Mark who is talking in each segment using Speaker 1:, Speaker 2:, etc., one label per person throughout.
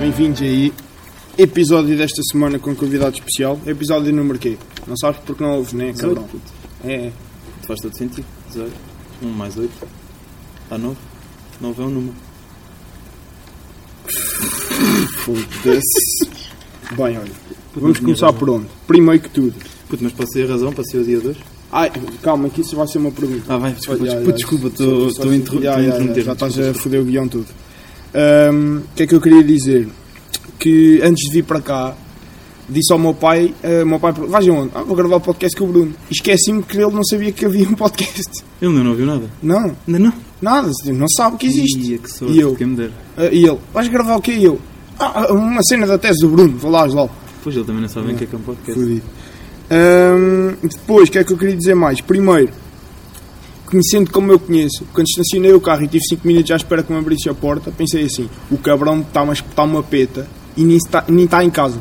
Speaker 1: bem-vindos aí. Episódio desta semana com convidado especial. Episódio número quê? Não sabes porque não ouves, né, cabrão?
Speaker 2: puto.
Speaker 1: É, é.
Speaker 2: Faz todo sentido. 18. 1 mais 8. Dá 9. 9 é um número.
Speaker 1: foda-se. Bem, olha, vamos
Speaker 2: tinha
Speaker 1: começar
Speaker 2: razão.
Speaker 1: por onde? Primeiro que tudo.
Speaker 2: Puto, mas posso ter razão, passei o dia 2.
Speaker 1: Ai, calma, que isso vai ser uma pergunta.
Speaker 2: Ah, vai, desculpa,
Speaker 1: Olha,
Speaker 2: desculpa,
Speaker 1: olha,
Speaker 2: desculpa,
Speaker 1: só-
Speaker 2: estou
Speaker 1: só-
Speaker 2: estou a interrom-
Speaker 1: já,
Speaker 2: estou
Speaker 1: já,
Speaker 2: a
Speaker 1: já,
Speaker 2: interromper.
Speaker 1: Já estás a
Speaker 2: desculpa.
Speaker 1: foder o guião todo. Ahm, O que é que eu queria dizer? Que antes de vir para cá, disse ao meu pai: ah, meu pai, perguntou, vais aonde? Ah, vou gravar o podcast com o Bruno. E Esqueci-me que ele não sabia que havia um podcast.
Speaker 2: Ele ainda não ouviu nada.
Speaker 1: Não,
Speaker 2: Ainda não.
Speaker 1: nada, tipo não sabe que existe.
Speaker 2: Ia, que sorte,
Speaker 1: E eu?
Speaker 2: quem me dera.
Speaker 1: Ah, e ele: vais gravar o quê? E eu: ah, uma cena da tese do Bruno, vou lá, lá.
Speaker 2: Pois ele também não sabe bem o que é que é um podcast.
Speaker 1: Fudido. Hum, depois, o que é que eu queria dizer mais? Primeiro, conhecendo como eu conheço, quando estacionei o carro e tive 5 minutos à espera que me abrisse a porta, pensei assim: o cabrão está-me a espetar uma peta e nem está, nem está em casa.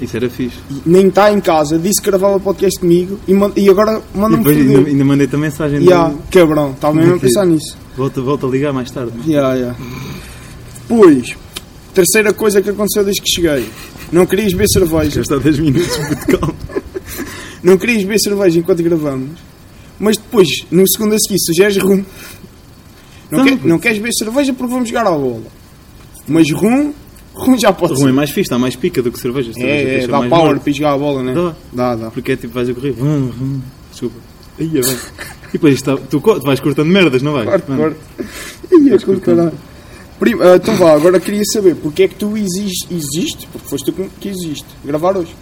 Speaker 2: Isso era fixe.
Speaker 1: E Nem está em casa, disse que gravava podcast comigo e, man- e agora
Speaker 2: E
Speaker 1: manda-me
Speaker 2: depois ainda,
Speaker 1: foder.
Speaker 2: ainda mandei-te a mensagem
Speaker 1: Ya,
Speaker 2: do...
Speaker 1: cabrão, estava mesmo a pensar nisso.
Speaker 2: Volta, volta a ligar mais tarde.
Speaker 1: Ya, ya. Depois, terceira coisa que aconteceu desde que cheguei: não querias beber cerveja.
Speaker 2: Já está 10 minutos, puto, calma.
Speaker 1: Não querias beber cerveja enquanto gravamos, mas depois, no segundo a seguir, sugeres rum. Não,
Speaker 2: Não,
Speaker 1: quer-
Speaker 2: puto.
Speaker 1: não queres beber cerveja porque vamos jogar à bola. Mas rum, rum já pode
Speaker 2: Rum é
Speaker 1: ser.
Speaker 2: mais fixe, dá mais pica do que cerveja. cerveja
Speaker 1: É, é,
Speaker 2: deixa
Speaker 1: dá
Speaker 2: mais
Speaker 1: power
Speaker 2: morto.
Speaker 1: para ir jogar à bola, né?
Speaker 2: Dá.
Speaker 1: Dá, dá.
Speaker 2: Porque é tipo, vais a correr. vum, vum. Desculpa. Aí é bem. E depois está, tu co- vais cortando merdas, não vais?
Speaker 1: Corte,
Speaker 2: Mano,
Speaker 1: corte. Ih, é
Speaker 2: Acho que
Speaker 1: com
Speaker 2: cortando.
Speaker 1: caralho. Primo, ah, então vá, agora queria saber porque é que tu existe, existe porque foste tu que- que existe, gravar hoje.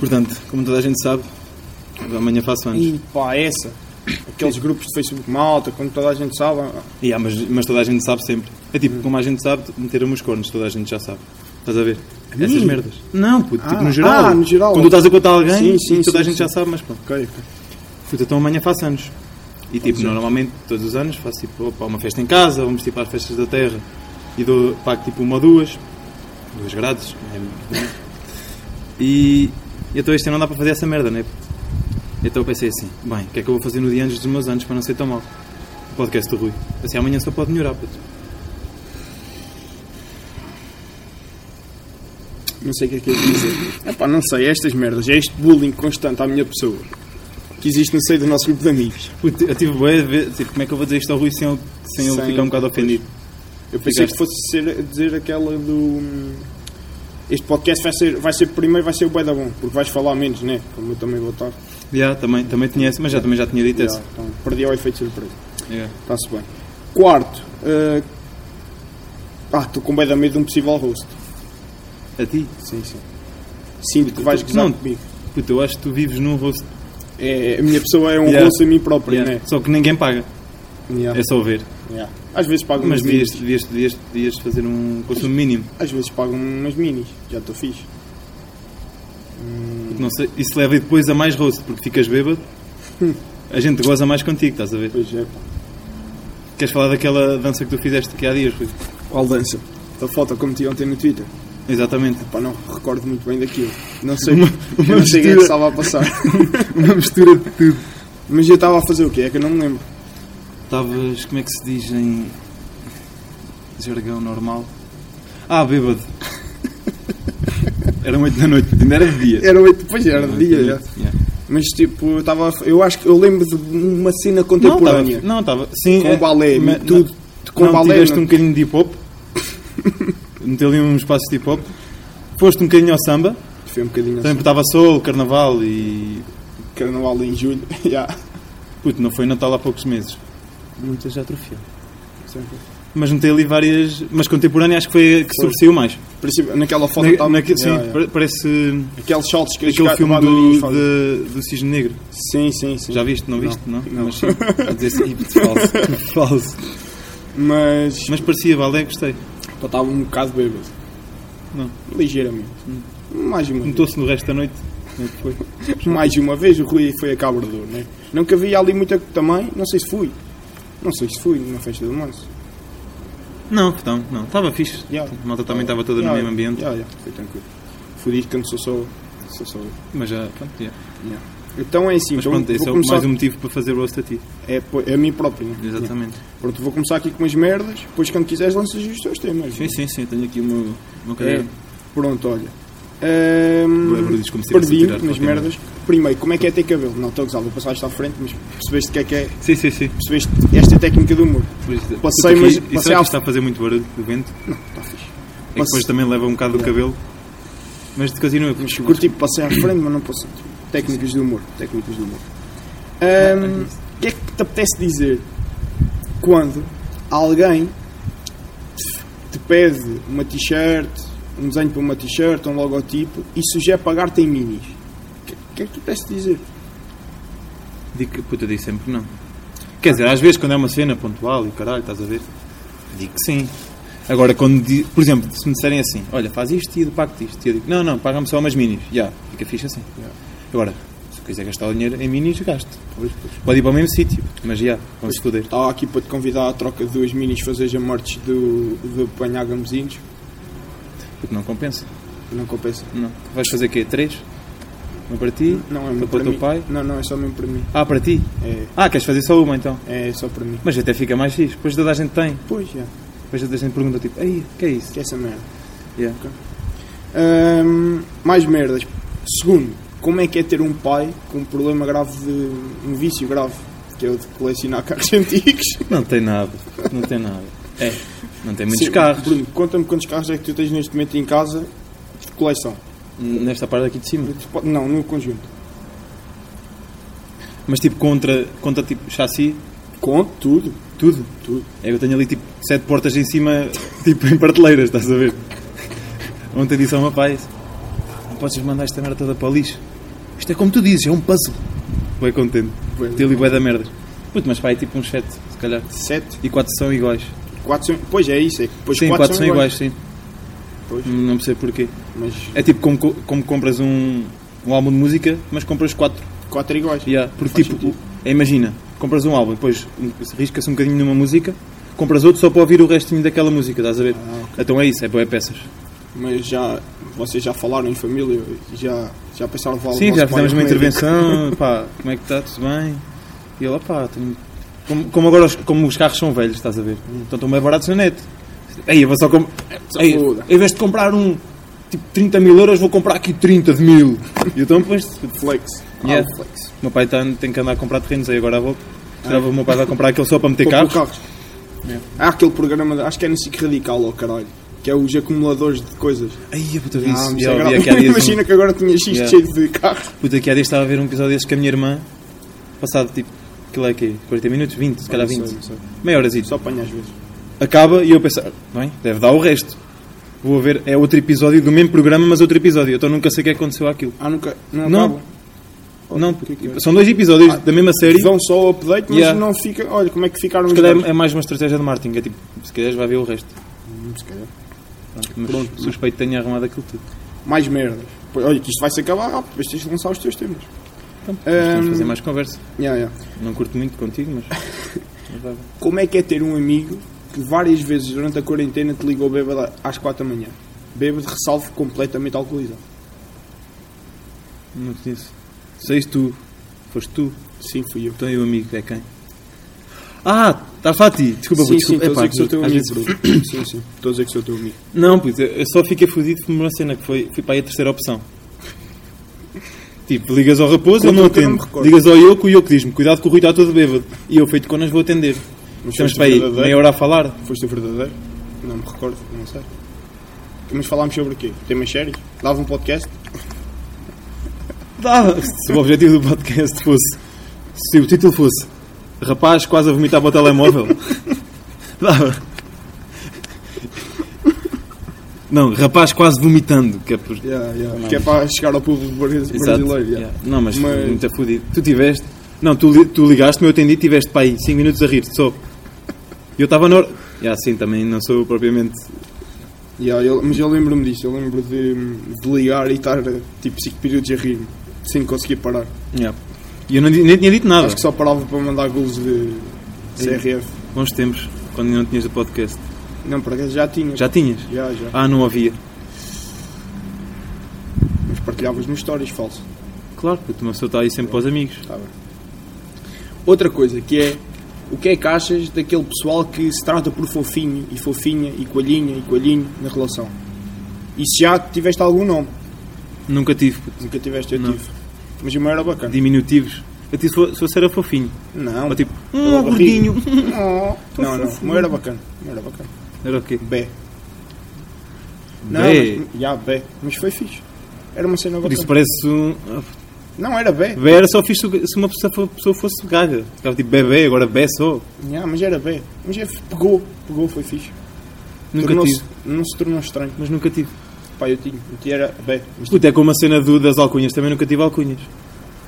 Speaker 2: Portanto, como toda a gente sabe, amanhã faço anos.
Speaker 1: E pá, é essa, aqueles grupos de Facebook malta, como toda a gente sabe, ah,
Speaker 2: E há, mas, mas toda a gente sabe sempre. É tipo, como a gente sabe, meter-me os cornos, toda a gente já sabe. Estás a ver? Essas
Speaker 1: mim?
Speaker 2: merdas. Não, puto,
Speaker 1: Ah,
Speaker 2: tipo no geral.
Speaker 1: ah, no geral.
Speaker 2: Quando tu estás a contar alguém,
Speaker 1: Sim, sim,
Speaker 2: e toda a
Speaker 1: sim,
Speaker 2: gente
Speaker 1: sim.
Speaker 2: já sabe, mas pronto.
Speaker 1: ok, ok.
Speaker 2: Puto, então amanhã faço anos. E tipo, normalmente, todos os anos, faço tipo, opa, uma festa em casa, vamos tipo às festas da terra. E dou, pago tipo uma ou duas. Duas grades. não é muito. e, e então este ano não dá para fazer essa merda, né? Então eu pensei assim, bem, o que é que eu vou fazer no dia antes dos meus anos para não ser tão mal? O podcast do Rui. Assim, amanhã só pode melhorar, puto.
Speaker 1: Não sei o que é que eu ia dizer. Epá, não sei, estas merdas, é este bullying constante à minha pessoa que existe no seio do nosso grupo de amigos.
Speaker 2: Puto, eu tive boa ver, tipo, como é que eu vou dizer isto ao Rui sem ele, sem ele
Speaker 1: Sem-
Speaker 2: ficar um bocado ofendido?
Speaker 1: Eu pensei
Speaker 2: Ficaste.
Speaker 1: que fosse ser- dizer aquela do. hum, Este podcast vai ser, vai ser primeiro, vai ser o bué da bom, porque vais falar menos, né? Como eu também vou estar.
Speaker 2: Já, também, também tinha essa, mas já, também já tinha dito
Speaker 1: Já, então, perdi o efeito surpresa.
Speaker 2: essa. Yeah.
Speaker 1: Está-se bem. Quarto. eh, Ah, estou com bué da medo de um possível host.
Speaker 2: A ti?
Speaker 1: Sim, sim. Sinto que vais
Speaker 2: tu-
Speaker 1: gozar
Speaker 2: não.
Speaker 1: comigo.
Speaker 2: Puto, eu acho que tu vives num rosto.
Speaker 1: É, a minha pessoa é um
Speaker 2: Yeah.
Speaker 1: host a mim próprio, né?
Speaker 2: Só que ninguém paga.
Speaker 1: Yeah.
Speaker 2: É só ver.
Speaker 1: Yeah. Às vezes pago
Speaker 2: Mas
Speaker 1: uns mimos.
Speaker 2: devias, devias, devias, devias fazer um consumo mínimo.
Speaker 1: Às vezes pagam umas minis, já estou fixe.
Speaker 2: Porque não sei- isso leva depois a mais rosto, porque ficas bêbado. A gente goza mais contigo, estás a ver?
Speaker 1: Pois é.
Speaker 2: Queres falar daquela dança que tu fizeste aqui há dias, Rui?
Speaker 1: Qual dança? A foto que eu meti ontem no Twitter.
Speaker 2: Exatamente.
Speaker 1: Pá, não recordo muito bem daquilo. Não sei,
Speaker 2: Uma-
Speaker 1: eu
Speaker 2: uma
Speaker 1: não sei o que é que
Speaker 2: mistura.
Speaker 1: estava a passar.
Speaker 2: Uma mistura de tudo.
Speaker 1: Mas eu estava a fazer o quê? É que eu não me lembro.
Speaker 2: Estavas, como é que se diz em jargão normal? Ah, bêbado. Era oito da noite, ainda era de dia.
Speaker 1: Era oito, depois era de dia já.
Speaker 2: Oito da noite, yeah.
Speaker 1: Mas tipo, eu estava. a- Eu acho que eu lembro de uma cena
Speaker 2: Não, estava-
Speaker 1: contemporânea.
Speaker 2: Não, estava. Sim.
Speaker 1: com
Speaker 2: é,
Speaker 1: balé,
Speaker 2: mas-
Speaker 1: tudo. com
Speaker 2: não,
Speaker 1: balé.
Speaker 2: tiveste
Speaker 1: não-
Speaker 2: um bocadinho de hip-hop, meteu ali um espaço de hip-hop, foste um bocadinho ao samba,
Speaker 1: Foi um bocadinho
Speaker 2: também estava sol, carnaval
Speaker 1: assim.
Speaker 2: e...
Speaker 1: Carnaval em julho. já.
Speaker 2: Puto, não foi Natal há poucos meses. Muitas já atrofiou. Mas meteu ali várias... Mas contemporânea acho que foi a que
Speaker 1: Foi.
Speaker 2: sobressaiu mais.
Speaker 1: Princípio, Naquela foto
Speaker 2: Na-
Speaker 1: estava.
Speaker 2: naque- sim,
Speaker 1: já, já.
Speaker 2: pare- parece
Speaker 1: Aqueles shots que eles
Speaker 2: aquele filme
Speaker 1: tomaram ali e
Speaker 2: do,
Speaker 1: fazem.
Speaker 2: de- do Cisne Negro.
Speaker 1: Sim, sim, sim.
Speaker 2: Já viste? Não
Speaker 1: Não,
Speaker 2: viste? Não?
Speaker 1: não.
Speaker 2: Mas sim, a dizer assim, "Ih, falso, falso.
Speaker 1: Mas.
Speaker 2: Mas parecia balé, gostei.
Speaker 1: Só estava um bocado bêbado.
Speaker 2: Não.
Speaker 1: Ligeiramente. Mais uma vez.
Speaker 2: Notou-se no resto da noite. Como é que foi?
Speaker 1: Mais uma vez o Rui foi a cabrador, né? Nunca vi ali muita também, não sei se fui. Não sei se fui numa festa do manso.
Speaker 2: Não, então, não. Estava fixe. Tipo,
Speaker 1: Yeah.
Speaker 2: A malta também estava toda no
Speaker 1: Yeah,
Speaker 2: mesmo ambiente.
Speaker 1: Yeah, yeah, foi tranquilo. Fodido que eu não sou só. Sou só.
Speaker 2: Mas já, pronto, yeah.
Speaker 1: Yeah. Então é assim,
Speaker 2: Mas
Speaker 1: então
Speaker 2: pronto, esse
Speaker 1: vou
Speaker 2: é o-
Speaker 1: começar...
Speaker 2: mais um motivo para fazer roast a ti.
Speaker 1: é, pô- é a mim próprio. né?
Speaker 2: Exatamente.
Speaker 1: Pronto, vou começar aqui com umas merdas, depois quando quiseres lanças os teus temas.
Speaker 2: Sim, sim, sim. Tenho aqui uma, uma
Speaker 1: É,
Speaker 2: cadeira.
Speaker 1: pronto, olha. Ahm,
Speaker 2: O Ebro diz como se tivesse a
Speaker 1: perdi
Speaker 2: tirar
Speaker 1: nas
Speaker 2: qualquer
Speaker 1: merdas. Primeiro, como é que é ter cabelo? Não, estou a gozar, vou passar isto à frente, mas percebeste o que é que é?
Speaker 2: Sim, sim, sim.
Speaker 1: Percebeste esta técnica do humor?
Speaker 2: Mas,
Speaker 1: Passei,
Speaker 2: aqui-
Speaker 1: mas-
Speaker 2: e será
Speaker 1: passei
Speaker 2: que
Speaker 1: à-
Speaker 2: está a fazer muito barulho do vento?
Speaker 1: Está fixe.
Speaker 2: É que depois
Speaker 1: Passe-
Speaker 2: também leva um bocado do cabelo. Mas de continua.
Speaker 1: Mas
Speaker 2: porque-
Speaker 1: curti, tipo, passei à frente, mas não passei. Técnicas do humor, técnicas do humor. Ahm, O que é que te apetece dizer quando alguém te pede uma t-shirt, um desenho para uma t-shirt, um logotipo e sugere pagar-te em minis? O que, que é que te apetece dizer?
Speaker 2: Digo que, puta, digo sempre que não. Quer dizer, às vezes quando é uma cena pontual e caralho, estás a ver? Digo que sim. Agora, quando, di- por exemplo, se me disserem assim, olha, faz isto e eu pago-te isto, e eu digo, não, não, paga-me só umas minis, já, fica fixe assim. Agora, se eu quiser gastar o dinheiro em minis, gasto. Pode ir para o mesmo sítio, mas já, vamos foder.
Speaker 1: Estava aqui para te convidar à troca de duas minis fazeres a mortes do, do apanhar gamozinhos.
Speaker 2: Porque não compensa.
Speaker 1: Não compensa.
Speaker 2: Não. Vais fazer o quê? Três? Uma para ti?
Speaker 1: Não, é
Speaker 2: Então
Speaker 1: mesmo
Speaker 2: para o
Speaker 1: para
Speaker 2: teu
Speaker 1: mim.
Speaker 2: pai?
Speaker 1: Não, não, é só mesmo para mim.
Speaker 2: Ah, para ti?
Speaker 1: É,
Speaker 2: Ah, queres fazer só uma então?
Speaker 1: é só para mim.
Speaker 2: Mas até fica mais fixe. Depois toda a gente tem.
Speaker 1: Pois, já.
Speaker 2: Depois toda a gente pergunta tipo, ei, o que é isso?
Speaker 1: Que é essa merda.
Speaker 2: Yeah.
Speaker 1: Hum, mais merdas. Segundo, como é que é ter um pai com um problema grave de. um vício grave, que é o de colecionar carros antigos?
Speaker 2: Não tem nada. Não tem nada. É. Não tem muitos
Speaker 1: Sim,
Speaker 2: carros.
Speaker 1: Bruno, conta-me quantos carros é que tu tens neste momento em casa de coleção.
Speaker 2: Nesta parte aqui de cima.
Speaker 1: Não, no conjunto.
Speaker 2: Mas tipo, contra, contra tipo, chassi,
Speaker 1: Conto tudo.
Speaker 2: tudo.
Speaker 1: Tudo.
Speaker 2: É, eu tenho ali tipo sete portas em cima, tipo em prateleiras, estás a ver? Ontem disse ao meu pai: Não podes mandar esta merda toda para o lixo. Isto é como tu dizes, é um puzzle. Bem contente.
Speaker 1: Bué.
Speaker 2: Tem ali bué da merda. Puto, mas pá, é tipo uns sete, se calhar.
Speaker 1: Sete.
Speaker 2: E quatro são iguais.
Speaker 1: Quatro são. Pois é isso, é. que Pois
Speaker 2: sim,
Speaker 1: quatro, são iguais.
Speaker 2: sim.
Speaker 1: Pois.
Speaker 2: Não não sei porquê.
Speaker 1: Mas
Speaker 2: É tipo como, co- como compras um, um álbum de música, mas compras quatro.
Speaker 1: quatro é iguais.
Speaker 2: Yeah, porque
Speaker 1: Faz
Speaker 2: tipo,
Speaker 1: sentido.
Speaker 2: é, imagina, compras um álbum, depois um- risca-se um bocadinho numa música, compras outro só para ouvir o restinho daquela música, estás a ver?
Speaker 1: Ah,
Speaker 2: Então é isso, é boé peças.
Speaker 1: Mas já. Vocês já falaram em família, já, já pensaram falar
Speaker 2: Sim, já fizemos uma intervenção, pá, como é que está, tudo bem? E ele, pá, tenho... como, como agora os, como os carros são velhos, estás a ver? Então estão bem baratos na net. Aí eu vou só comprar.
Speaker 1: Hum. só
Speaker 2: Ei,
Speaker 1: foda.
Speaker 2: em vez de comprar um tipo 30 mil euros, vou comprar aqui 30 de mil. E então depois.
Speaker 1: Flex.
Speaker 2: Yeah.
Speaker 1: Ah, o flex.
Speaker 2: O meu pai tá, tem que andar a comprar terrenos, aí agora à volta.
Speaker 1: Ah, é?
Speaker 2: Já vou- O meu pai vai comprar aquele só para meter
Speaker 1: Para
Speaker 2: carros.
Speaker 1: carros. Há aquele programa, de- acho que é no SIC Radical, ó caralho, que é os acumuladores de coisas.
Speaker 2: Ai, a puta
Speaker 1: Ah,
Speaker 2: disso.
Speaker 1: mas é
Speaker 2: Já ouvi
Speaker 1: grave.
Speaker 2: aqui há dias um-
Speaker 1: Imagina que agora tinha X
Speaker 2: Yeah.
Speaker 1: cheio de carros.
Speaker 2: Puta, aqui há dias estava a ver um episódio desses com a minha irmã. Passado tipo, aquilo é que 40 minutos? 20, se calhar
Speaker 1: Não sei,
Speaker 2: 20.
Speaker 1: não sei.
Speaker 2: Meia hora,
Speaker 1: Só apanha às vezes.
Speaker 2: acaba e eu penso, "Ah, bem, deve dar o resto. Vou ver, é outro episódio do mesmo programa, mas outro episódio. Então nunca sei o que aconteceu àquilo.
Speaker 1: Ah, nunca. Não,
Speaker 2: Não.
Speaker 1: acabam.
Speaker 2: não, tipo,
Speaker 1: que é que é?
Speaker 2: são dois episódios da mesma série.
Speaker 1: Dão só o update, mas
Speaker 2: Yeah.
Speaker 1: não fica. Olha como é que ficaram os
Speaker 2: Se calhar
Speaker 1: dados.
Speaker 2: é mais uma estratégia de marketing. É tipo, se calhar vai ver o resto. é-
Speaker 1: Se calhar.
Speaker 2: Mas
Speaker 1: Pronto.
Speaker 2: suspeito que tenha arrumado aquilo tudo.
Speaker 1: Mais merda. Pois, Olha que isto vai se acabar rápido, depois tens de lançar os teus temas.
Speaker 2: Pronto,
Speaker 1: Ahm.
Speaker 2: vamos Então, fazer mais conversa.
Speaker 1: Yeah, yeah.
Speaker 2: Não curto muito contigo, mas. mas vai, vai.
Speaker 1: Como é que é ter um amigo que várias vezes durante a quarentena te ligou bêbado às 4 da manhã? Bêbado, ressalvo, completamente alcoolizado.
Speaker 2: não te disse. Seis tu. Foste tu.
Speaker 1: Sim, fui eu.
Speaker 2: Então e o amigo é quem? Ah, está Fati. Desculpa,
Speaker 1: sim,
Speaker 2: puto,
Speaker 1: sim,
Speaker 2: desculpa.
Speaker 1: estou a dizer
Speaker 2: Epá,
Speaker 1: que sou teu
Speaker 2: às
Speaker 1: amigo.
Speaker 2: vezes-
Speaker 1: Bruno. sim, sim, estou a dizer que sou teu amigo.
Speaker 2: Não, puto, eu só fiquei fodido por uma cena que foi, fui para aí a terceira opção. Tipo, ligas ao raposo,
Speaker 1: Conta
Speaker 2: ele não
Speaker 1: o que eu não me
Speaker 2: atende.
Speaker 1: recordo.
Speaker 2: ligas ao Yoko, o Yoko diz-me, cuidado que o Rui está todo bêbado. E eu, feito conas, vou atender.
Speaker 1: Mas
Speaker 2: Estamos
Speaker 1: foste
Speaker 2: para aí
Speaker 1: verdadeiro?
Speaker 2: meia hora a falar.
Speaker 1: Foste o verdadeiro? Não me recordo, não sei. Mas falámos sobre o quê? Temas sérios? Dava um podcast?
Speaker 2: Dá. Se o objetivo do podcast fosse, se o título fosse, rapaz quase a vomitar para o telemóvel. Dá. Não, rapaz quase vomitando, que é por...
Speaker 1: Que é para chegar ao público brasi-
Speaker 2: Exato.
Speaker 1: brasileiro. yeah.
Speaker 2: Yeah. Não, mas,
Speaker 1: Mas-
Speaker 2: muito fodido. Tu tiveste. Não, tu, li- tu ligaste-me, eu atendi e tiveste para aí 5 minutos a rir-te só. E eu estava na hora. Já, sim, também não sou propriamente.
Speaker 1: Yeah, eu- mas eu lembro-me disso, eu lembro de, de ligar e estar tipo 5 períodos a rir-me, sem conseguir parar.
Speaker 2: Já. E eu não, di- nem tinha dito nada.
Speaker 1: Acho que só parava para mandar gols de CRF.
Speaker 2: Bons tempos, quando não tinhas o podcast.
Speaker 1: Não, por acaso já tinha.
Speaker 2: Já tinhas?
Speaker 1: Já, já.
Speaker 2: Ah, não havia.
Speaker 1: Mas partilhavas-me histórias falso.
Speaker 2: Claro, porque uma pessoa está aí sempre para os amigos.
Speaker 1: Tá bem. Outra coisa que é o que é que achas daquele pessoal que se trata por fofinho e fofinha e coelhinha e coelhinho na relação? E se já tiveste algum nome?
Speaker 2: Nunca tive puto.
Speaker 1: Nunca tiveste, eu
Speaker 2: Não.
Speaker 1: tive. Mas o meu era bacana.
Speaker 2: diminutivos. Eu tive, se fosse- se fosse era fofinho.
Speaker 1: Não.
Speaker 2: Ou tipo,
Speaker 1: Pela
Speaker 2: um
Speaker 1: barriga.
Speaker 2: gordinho.
Speaker 1: Oh, não, não. O meu era bacana. O meu era bacana.
Speaker 2: Era o quê?
Speaker 1: B.
Speaker 2: Bé.
Speaker 1: Mas, já, B. Mas foi fixe. Era uma cena
Speaker 2: Por isso
Speaker 1: bacana.
Speaker 2: parece um. ah,
Speaker 1: Não, era B.
Speaker 2: Bé era só fixe se se uma pessoa, fo- pessoa fosse gaga. Ficava tipo bebê, agora bé só.
Speaker 1: Já, mas era B. Mas é, pegou. Pegou, foi fixe.
Speaker 2: Nunca
Speaker 1: Tornou-se-
Speaker 2: tive.
Speaker 1: Não se tornou estranho.
Speaker 2: Mas nunca tive.
Speaker 1: Pá, eu tinha. Eu tinha era B. Mas
Speaker 2: Puta, é como a cena do, das alcunhas, também nunca tive alcunhas.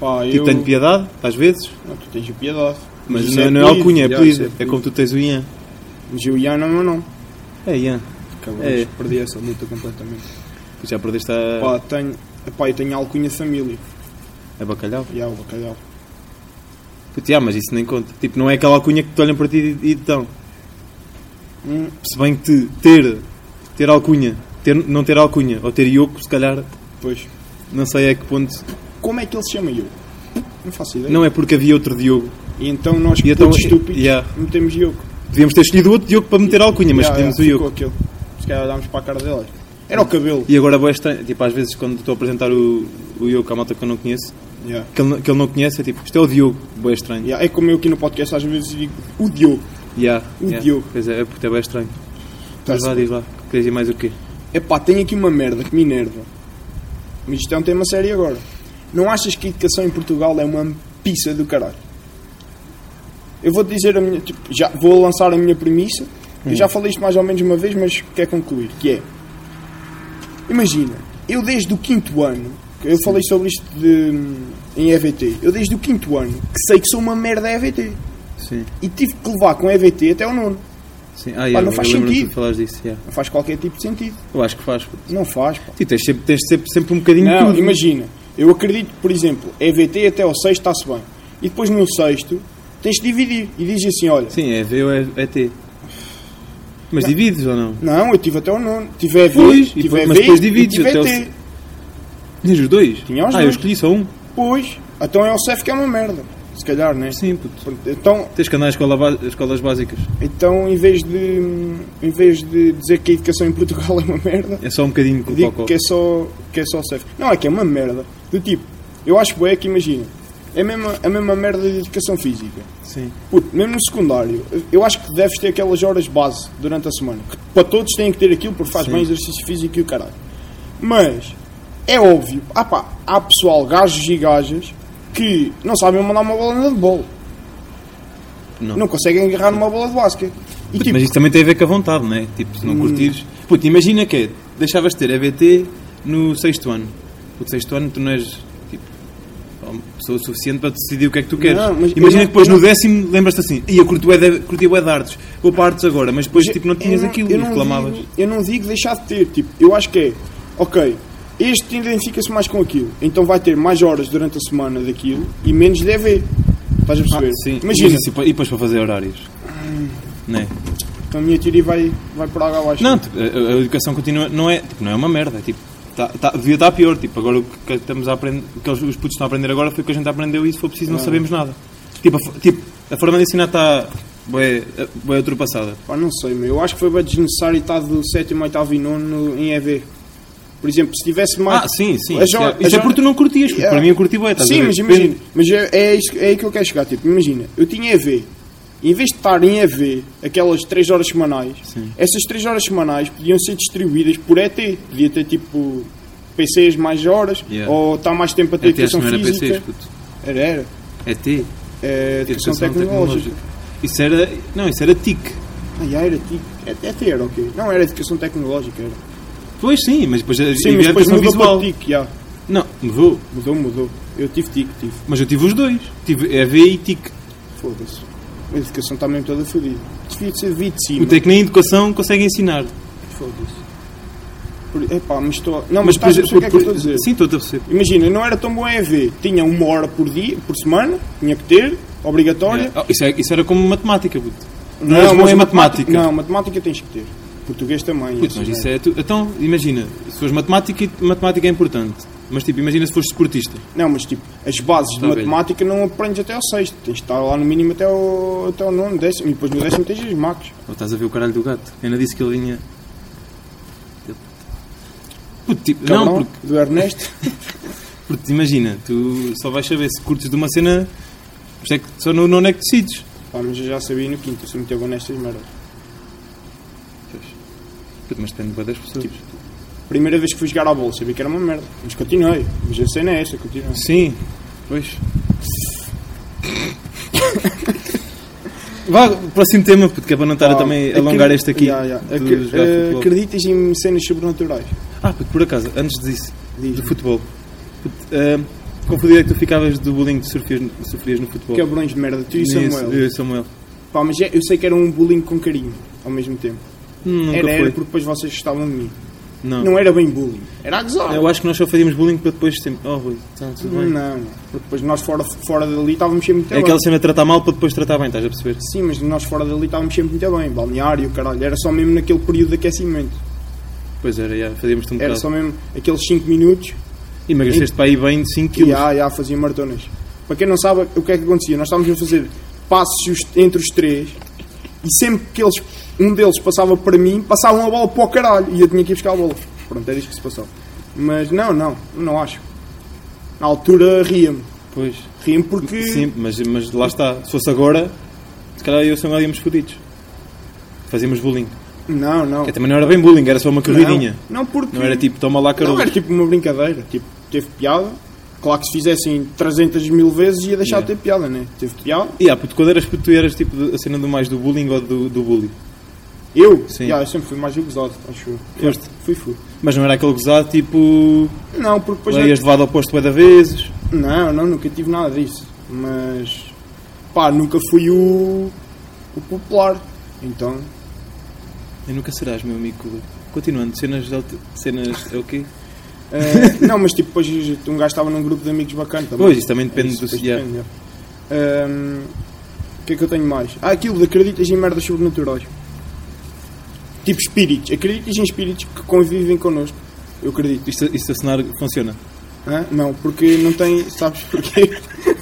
Speaker 1: pá,
Speaker 2: Tipo,
Speaker 1: eu...
Speaker 2: tenho piedade, às vezes,
Speaker 1: Não, tu tens o piedade.
Speaker 2: mas
Speaker 1: isso
Speaker 2: não é, não é
Speaker 1: apelido,
Speaker 2: alcunha, é
Speaker 1: já,
Speaker 2: apelido.
Speaker 1: isso
Speaker 2: É como tu tens o Ian.
Speaker 1: Mas o Ian não, não, não.
Speaker 2: É Ian.
Speaker 1: Acabou,
Speaker 2: É.
Speaker 1: perdi essa luta completamente.
Speaker 2: Tu já perdeste a,
Speaker 1: Pá, tenho... Pá, eu tenho alcunha família.
Speaker 2: a bacalhau.
Speaker 1: Já, o bacalhau.
Speaker 2: Puta, ah, mas isso nem conta. Tipo, não é aquela alcunha que te olham para ti e, e te dão.
Speaker 1: Hum,
Speaker 2: Se bem que te- ter, ter alcunha, ter, não ter alcunha, ou ter Yoko, se calhar,
Speaker 1: pois.
Speaker 2: não sei a que ponto.
Speaker 1: Como é que ele se chama Diogo? Não faço ideia.
Speaker 2: Não é porque havia outro Diogo.
Speaker 1: E então nós,
Speaker 2: E
Speaker 1: que
Speaker 2: então-
Speaker 1: putos estúpidos,
Speaker 2: yeah.
Speaker 1: metemos Diogo.
Speaker 2: Devíamos ter escolhido outro Diogo para meter alcunha, mas
Speaker 1: Yeah,
Speaker 2: escolhemos
Speaker 1: yeah,
Speaker 2: o Yoko.
Speaker 1: ficou aquele. Se calhar olhámos para a cara dele. Era o cabelo.
Speaker 2: E agora, boa estranho, tipo, às vezes quando estou a apresentar o, o Yoko à malta que eu não conheço,
Speaker 1: Yeah.
Speaker 2: que ele, não- que ele não conhece, é tipo, isto é o Diogo, boa estranho.
Speaker 1: Yeah, É como eu aqui no podcast às vezes digo o Diogo.
Speaker 2: Yeah,
Speaker 1: O
Speaker 2: yeah.
Speaker 1: Diogo. Tá
Speaker 2: Pois é, é porque é bem estranho. Mas
Speaker 1: Tá-se
Speaker 2: lá,
Speaker 1: bem.
Speaker 2: diz lá. Queres dizer mais o quê?
Speaker 1: Epá, tenho aqui uma merda que me enerva. Mas isto é um tema sério agora. Não achas que a educação em Portugal é uma pizza do caralho? Eu vou dizer a minha. tipo, já vou lançar a minha premissa. Eu já falei isto mais ou menos uma vez, mas quero concluir. Que é. Imagina, eu desde o quinto ano. Eu falei sobre isto de, em EVT. Eu desde o quinto ano que sei que sou uma merda EVT.
Speaker 2: Sim,
Speaker 1: E tive que levar com EVT até o nono.
Speaker 2: sim. Ah, yeah,
Speaker 1: não faz
Speaker 2: eu lembro-me
Speaker 1: sentido.
Speaker 2: de falares disso, yeah.
Speaker 1: Não faz qualquer tipo de sentido.
Speaker 2: Eu acho que faz. pô.
Speaker 1: Não faz, pá.
Speaker 2: Sim, tens, sempre, tens de ser sempre um bocadinho de
Speaker 1: Não,
Speaker 2: tudo.
Speaker 1: imagina. Eu acredito, por exemplo, EVT até ao sexto está-se bem. E depois no sexto tens de dividir. E dizes assim, olha,
Speaker 2: Sim, é V ou é, é T. Mas divides ou não?
Speaker 1: não, eu tive até o nono. Tive EV,
Speaker 2: Pois, e
Speaker 1: tive
Speaker 2: depois-
Speaker 1: EV,
Speaker 2: mas depois
Speaker 1: e
Speaker 2: divides
Speaker 1: tive
Speaker 2: até ao
Speaker 1: ET.
Speaker 2: Tinhas os dois?
Speaker 1: Tinha os
Speaker 2: ah, eu
Speaker 1: dois.
Speaker 2: escolhi só um.
Speaker 1: Pois, então é o CEF que é uma merda. Se calhar, né?
Speaker 2: Sim, puto.
Speaker 1: Pronto, Então,
Speaker 2: Tens que andar às escola ba- às escolas básicas.
Speaker 1: então em, vez de, em vez de dizer que a educação em Portugal é uma merda,
Speaker 2: É só um bocadinho com o
Speaker 1: digo
Speaker 2: cocó.
Speaker 1: que é só, que é só o CEF. Não, é que é uma merda. Do tipo, eu acho bué que imagina. É a mesma, a mesma merda de educação física.
Speaker 2: Sim.
Speaker 1: Puto, mesmo no secundário, eu acho que deves ter aquelas horas base durante a semana. Que para todos têm que ter aquilo porque faz
Speaker 2: Sim.
Speaker 1: bem exercício físico e o caralho. Mas é óbvio, ah pá, há pessoal, gajos e gajas, que não sabem mandar uma bola de bola.
Speaker 2: Não.
Speaker 1: Não conseguem agarrar uma bola de basquete. E tipo, Hum.
Speaker 2: Mas isso também tem a ver com a vontade, não é? Tipo, se não curtires... Puto, imagina que é, deixavas de ter EBT no sexto ano. O sexto ano tu não és, tipo, uma pessoa suficiente para decidir o que é que tu queres.
Speaker 1: Não, mas eu
Speaker 2: imagina
Speaker 1: não-
Speaker 2: que depois
Speaker 1: eu não-
Speaker 2: no décimo lembras-te assim, ia curti o de, curti bué de artes, vou para artes agora, mas depois tipo, não tinhas
Speaker 1: eu
Speaker 2: aquilo
Speaker 1: eu
Speaker 2: e reclamavas.
Speaker 1: Digo, eu não digo deixar de ter, tipo, eu acho que é, ok, este identifica-se mais com aquilo, então vai ter mais horas durante a semana daquilo e menos de EV. Estás a
Speaker 2: Ah,
Speaker 1: perceber?
Speaker 2: sim.
Speaker 1: Imagina,
Speaker 2: Mas isso, E depois para fazer horários. Não é?
Speaker 1: Então a minha teoria vai, vai por água abaixo.
Speaker 2: Não, tipo, a, a educação continua, não é, tipo, não é uma merda, tipo, tá, tá, devia estar pior, tipo, agora o que- que estamos a aprender, o que os os putos estão a aprender agora foi o que a gente aprendeu e se for
Speaker 1: Ah.
Speaker 2: preciso não, sabemos nada. Tipo, a, fo- tipo, a forma de ensinar está bem, bem ultrapassada.
Speaker 1: Pá, não sei, meu. Eu acho que foi bem desnecessário estar do 7, 8 e 9 no, em EV. Por exemplo, se tivesse mais.
Speaker 2: Ah, sim, sim.
Speaker 1: As
Speaker 2: Isso,
Speaker 1: hor-
Speaker 2: é, isso
Speaker 1: as
Speaker 2: é
Speaker 1: hor-
Speaker 2: porque tu não curtias, porque
Speaker 1: Yeah.
Speaker 2: para mim eu curti bem, estás a
Speaker 1: Sim,
Speaker 2: ver?
Speaker 1: mas imagina. Mas é, é, isso, é aí que eu quero chegar. Tipo, imagina, eu tinha EV. Em vez de estar em EV aquelas 3 horas semanais,
Speaker 2: Sim.
Speaker 1: essas 3 horas semanais podiam ser distribuídas por ET. Podia ter tipo PCs mais horas,
Speaker 2: Yeah.
Speaker 1: ou estar mais tempo a ter
Speaker 2: É Até acho
Speaker 1: educação
Speaker 2: que não era
Speaker 1: física.
Speaker 2: PCs, puto.
Speaker 1: Era, era.
Speaker 2: É T,
Speaker 1: É, educação,
Speaker 2: educação
Speaker 1: tecnológica.
Speaker 2: tecnológica. Isso era, não, isso era TIC.
Speaker 1: Ah, já era TIC. É- ET era o quê? Não, era educação tecnológica. Era.
Speaker 2: Pois sim, mas depois havia
Speaker 1: Sim, mas depois
Speaker 2: educação
Speaker 1: mudou
Speaker 2: visual.
Speaker 1: para TIC, já.
Speaker 2: Não, mudou,
Speaker 1: Mudou, mudou. Eu tive TIC, tive.
Speaker 2: mas eu tive os dois, tive EV e TIC.
Speaker 1: Foda-se. A educação está mesmo toda fodida. Devia de ser devido de cima.
Speaker 2: O é que nem educação consegue ensinar.
Speaker 1: Foda-se. Por- Epá, mas estou... Não, mas
Speaker 2: Mas,
Speaker 1: estás a
Speaker 2: depois-
Speaker 1: perceber o que é que eu
Speaker 2: por-
Speaker 1: estou a dizer?
Speaker 2: Sim, estou a perceber.
Speaker 1: Imagina, não era tão bom EV. Tinha uma hora por dia, por semana. Tinha que ter, obrigatória.
Speaker 2: Ah, isso, é- isso era como matemática, puto. Não,
Speaker 1: mas
Speaker 2: eras bom em
Speaker 1: matemática-
Speaker 2: matemática.
Speaker 1: Não, matemática tens que ter. Português também.
Speaker 2: Puto,
Speaker 1: essas
Speaker 2: mas isso
Speaker 1: merdas.
Speaker 2: é tu- Então, imagina, se fores matemática, e matemática é importante. Mas tipo, imagina se fosse esportista.
Speaker 1: Não, mas tipo, as bases
Speaker 2: Tá
Speaker 1: de
Speaker 2: bem.
Speaker 1: matemática não aprendes até ao sexto. Tens de estar lá no mínimo até ao, até ao nono, décimo. E depois no décimo tens os macros.
Speaker 2: Ou Oh, estás a ver o caralho do gato? Eu não disse que ele vinha. Puto, tipo, não,
Speaker 1: Cabrão,
Speaker 2: porque,
Speaker 1: do Ernesto.
Speaker 2: porque imagina, tu só vais saber se curtes de uma cena. por isso é que Só no nono é que decides.
Speaker 1: Pá, mas eu já sabia no quinto, eu sou muito bom nestas merdas.
Speaker 2: Puto, mas depende bué das pessoas.
Speaker 1: Primeira vez que fui jogar à bola, sabia que era uma merda. Mas continuei. Mas a cena é esta, continuei.
Speaker 2: Sim, pois. Vá, próximo tema, porque é para não estar a também
Speaker 1: Ah,
Speaker 2: alongar
Speaker 1: acre-
Speaker 2: este aqui.
Speaker 1: Ya, ya.
Speaker 2: do
Speaker 1: Acre-
Speaker 2: jogar
Speaker 1: eh,
Speaker 2: futebol.
Speaker 1: acreditas em cenas sobrenaturais?
Speaker 2: Ah, puto, por acaso, antes disso,
Speaker 1: Diz.
Speaker 2: do futebol. Puto, ah, confundido é que tu ficavas do bullying que sofrias, no- sofrias no futebol.
Speaker 1: Cabrões de merda, tu e é o
Speaker 2: Isso,
Speaker 1: Samuel.
Speaker 2: eu e Samuel.
Speaker 1: Pá, mas é- eu sei que era um bullying com carinho, ao mesmo tempo.
Speaker 2: Hum, Nunca
Speaker 1: era,
Speaker 2: foi. Ah.
Speaker 1: era porque depois vocês gostavam de mim.
Speaker 2: Não.
Speaker 1: Não era bem bullying, era a gozar.
Speaker 2: Eu acho que nós só fazíamos bullying para depois sempre. Oh, Rui, está tudo bem.
Speaker 1: Não, porque depois nós fora, fora dali estávamos sempre muito
Speaker 2: É
Speaker 1: bem.
Speaker 2: aquela cena de tratar mal para depois tratar bem, estás a perceber?
Speaker 1: Sim, mas nós fora dali estávamos sempre muito bem. Balneário, caralho, era só mesmo naquele período de aquecimento.
Speaker 2: Pois era, já, fazíamos-te um
Speaker 1: Era
Speaker 2: bocado.
Speaker 1: só mesmo aqueles 5 minutos
Speaker 2: E emagreceste para aí bem de 5
Speaker 1: que ah,
Speaker 2: quilos.
Speaker 1: já, já fazia maratonas. Para quem não sabe o que é que acontecia, nós estávamos a fazer passos just- entre os três e sempre que eles, um deles passava para mim, passavam a bola para o caralho e eu tinha que ir buscar a bola. Pronto, era isto que se passou. Mas não, não, não acho. Na altura ria-me.
Speaker 2: Pois.
Speaker 1: Ria-me porque.
Speaker 2: Sim, mas, mas lá está. Se fosse agora, se calhar eu e o Samuel íamos fodidos. Fazíamos bullying.
Speaker 1: Não, não.
Speaker 2: Que também não era bem bullying, era só uma corridinha.
Speaker 1: Não, não porque.
Speaker 2: Não, era tipo, toma lá,
Speaker 1: Não
Speaker 2: Carol.
Speaker 1: era tipo uma brincadeira. Tipo, teve piada. Claro que se fizessem 300 mil vezes ia deixar de ter piada, né? Teve piada.
Speaker 2: E ah, puto, quando eras puto, tu eras tipo de- a cena do mais do bullying ou do, do bully.
Speaker 1: Eu?
Speaker 2: Sim.
Speaker 1: Já, eu sempre fui mais gozado, acho eu.
Speaker 2: Foste.
Speaker 1: Fui, fui.
Speaker 2: Mas não era aquele gozado tipo.
Speaker 1: Não, porque depois.
Speaker 2: Leias de lado ao posto bué da vezes.
Speaker 1: Não, não, nunca tive nada disso. Mas. Pá, nunca fui o. o popular. Então.
Speaker 2: E nunca serás, meu amigo. Cuba. Continuando, cenas. de alta- cenas é o quê?
Speaker 1: eh, não, mas tipo, depois um gajo estava num grupo de amigos bacana também.
Speaker 2: Pois, isso também depende
Speaker 1: Isso,
Speaker 2: do.
Speaker 1: depois
Speaker 2: Yeah.
Speaker 1: depende, é. Ahm, O que é que eu tenho mais? Ah, aquilo de acreditas em merdas sobrenaturais. Tipo espíritos. Acreditas em espíritos que convivem connosco. Eu acredito.
Speaker 2: Isto, isto a cenar funciona.
Speaker 1: Hã? Não, porque não tem. Sabes porquê?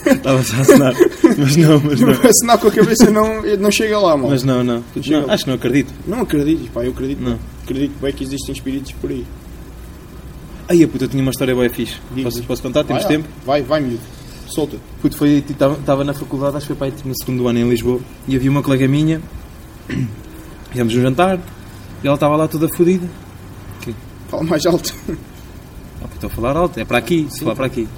Speaker 2: Estava já a cenar. Mas não, mas não.
Speaker 1: Assinar com a cabeça não, não chega lá, mal.
Speaker 2: Mas não, não.
Speaker 1: Chega.
Speaker 2: não acho que não acredito.
Speaker 1: Não acredito, pá, eu acredito.
Speaker 2: Não.
Speaker 1: Acredito bem que existem espíritos por aí.
Speaker 2: Ai, a puta, eu tinha uma história boa fixe.
Speaker 1: Diz,
Speaker 2: Posso,
Speaker 1: diz.
Speaker 2: posso contar? Temos
Speaker 1: vai, lá.
Speaker 2: tempo?
Speaker 1: Vai, vai, miúdo. Solta.
Speaker 2: Puto, foi, estava na faculdade, acho que foi para aí, tipo, no segundo ano em Lisboa, e havia uma colega minha, íamos um jantar, e ela estava lá toda fodida.
Speaker 1: Fala mais alto.
Speaker 2: Ah, puto, estou a falar alto, é para aqui, se falar para aqui.